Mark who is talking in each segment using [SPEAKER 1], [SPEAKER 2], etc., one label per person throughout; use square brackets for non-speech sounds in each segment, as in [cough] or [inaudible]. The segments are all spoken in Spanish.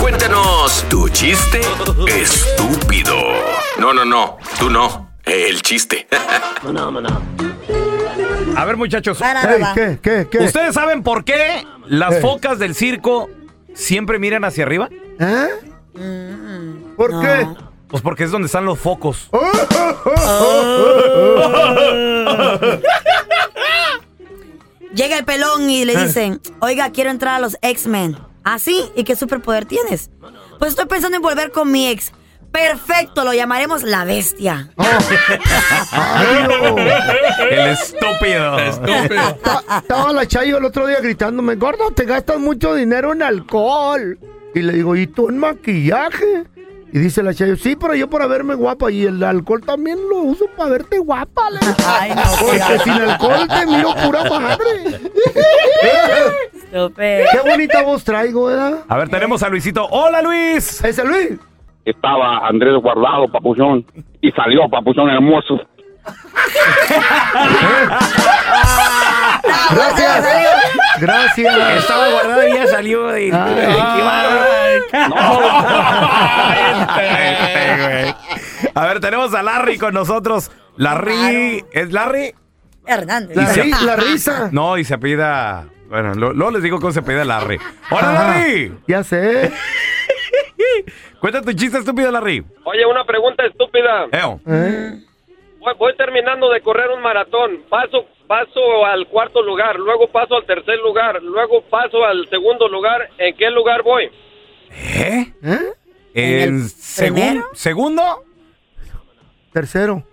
[SPEAKER 1] Cuéntanos tu chiste estúpido. No, no, no. Tú no. El chiste. [laughs]
[SPEAKER 2] A ver, muchachos.
[SPEAKER 3] Ey, ¿Qué? ¿Qué? ¿Qué?
[SPEAKER 2] ¿Ustedes saben por Ah, qué las
[SPEAKER 3] Eh.
[SPEAKER 2] focas del circo siempre miran hacia arriba?
[SPEAKER 3] ¿Eh? ¿Por qué?
[SPEAKER 2] Pues porque es donde están los focos.
[SPEAKER 4] Llega el pelón y le dicen, oiga, quiero entrar a los X-Men. ¿Ah, sí? ¿Y qué superpoder tienes? Pues estoy pensando en volver con mi ex. Perfecto, lo llamaremos la bestia.
[SPEAKER 2] El estúpido.
[SPEAKER 3] Ta- Ah, Estaba la Chayo el otro día gritándome, gordo, te gastas mucho dinero en alcohol. Y le digo, ¿y tú en maquillaje? Y dice la Chayo, sí, pero yo para verme guapa. Y el alcohol también lo uso para verte guapa. le digo.
[SPEAKER 4] Ay, no,
[SPEAKER 3] Porque sin alcohol te miro pura madre.
[SPEAKER 4] Estúpido.
[SPEAKER 3] Qué bonita voz traigo, ¿verdad?
[SPEAKER 2] A ver, tenemos a Luisito. ¡Hola, Luis!
[SPEAKER 3] Ese Luis.
[SPEAKER 5] estaba Andrés Guardado, papuchón, y salió papuchón hermoso.
[SPEAKER 3] Gracias. Gracias.
[SPEAKER 2] Estaba guardado y ya salió de... A ver, tenemos a Larry con nosotros. Larry... ¿Es Larry?
[SPEAKER 4] Hernández.
[SPEAKER 3] La, ri- la risa.
[SPEAKER 2] No, y se apellida... Bueno, lo- luego les digo cómo se apellida Larry. ¡Hola, Larry!
[SPEAKER 3] Ya sé.
[SPEAKER 2] Cuenta tu chiste estúpido, Larry.
[SPEAKER 6] Oye, una pregunta estúpida.
[SPEAKER 2] Eo.
[SPEAKER 3] ¿Eh?
[SPEAKER 6] Voy, voy terminando de correr un maratón. Paso, paso al cuarto lugar, luego paso al tercer lugar, luego paso al segundo lugar. ¿En qué lugar voy?
[SPEAKER 2] ¿Eh?
[SPEAKER 3] ¿Eh?
[SPEAKER 4] ¿En
[SPEAKER 2] ¿En
[SPEAKER 4] el
[SPEAKER 2] segun-
[SPEAKER 4] primero?
[SPEAKER 2] segundo?
[SPEAKER 3] Tercero.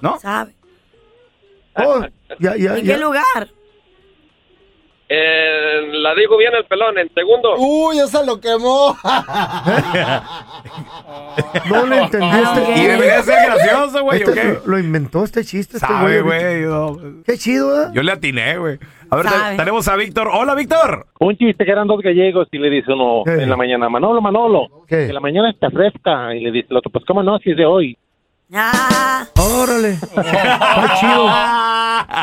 [SPEAKER 2] ¿No?
[SPEAKER 4] ¿Sabe?
[SPEAKER 3] Oh, ya, ya,
[SPEAKER 4] ¿En
[SPEAKER 3] ya.
[SPEAKER 4] qué lugar?
[SPEAKER 6] Eh, la digo bien el pelón, en segundo.
[SPEAKER 7] Uy, esa lo quemó.
[SPEAKER 3] No lo entendiste.
[SPEAKER 4] Ah, ok.
[SPEAKER 2] Y debería ser gracioso, güey, ¿o
[SPEAKER 3] Este
[SPEAKER 2] qué?
[SPEAKER 3] lo, lo inventó este chiste. este
[SPEAKER 2] Sabe,
[SPEAKER 3] ahorita.
[SPEAKER 2] güey. yo-
[SPEAKER 3] Qué chido, ¿eh? ¿verdad?
[SPEAKER 2] Yo le atiné, güey. A ver, te-
[SPEAKER 4] Sabe.
[SPEAKER 2] tenemos a Víctor. Hola, Víctor.
[SPEAKER 8] Un chiste que eran dos gallegos y le dice uno
[SPEAKER 3] ¿Qué?
[SPEAKER 8] en la mañana, Manolo, Manolo,
[SPEAKER 3] ¿Qué?
[SPEAKER 8] que la mañana está fresca. Y le dice el otro, pues cómo no, si es de hoy.
[SPEAKER 4] Ah,
[SPEAKER 3] Órale. Está chido.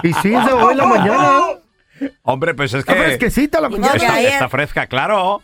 [SPEAKER 3] Y sí, es de hoy en la mañana.
[SPEAKER 2] [laughs]
[SPEAKER 3] ¿eh?
[SPEAKER 2] Hombre, pues es que.
[SPEAKER 3] Está fresquecita la
[SPEAKER 4] Ni modo
[SPEAKER 3] mañana.
[SPEAKER 4] que
[SPEAKER 2] Está,
[SPEAKER 4] ayer.
[SPEAKER 2] está fresca, claro.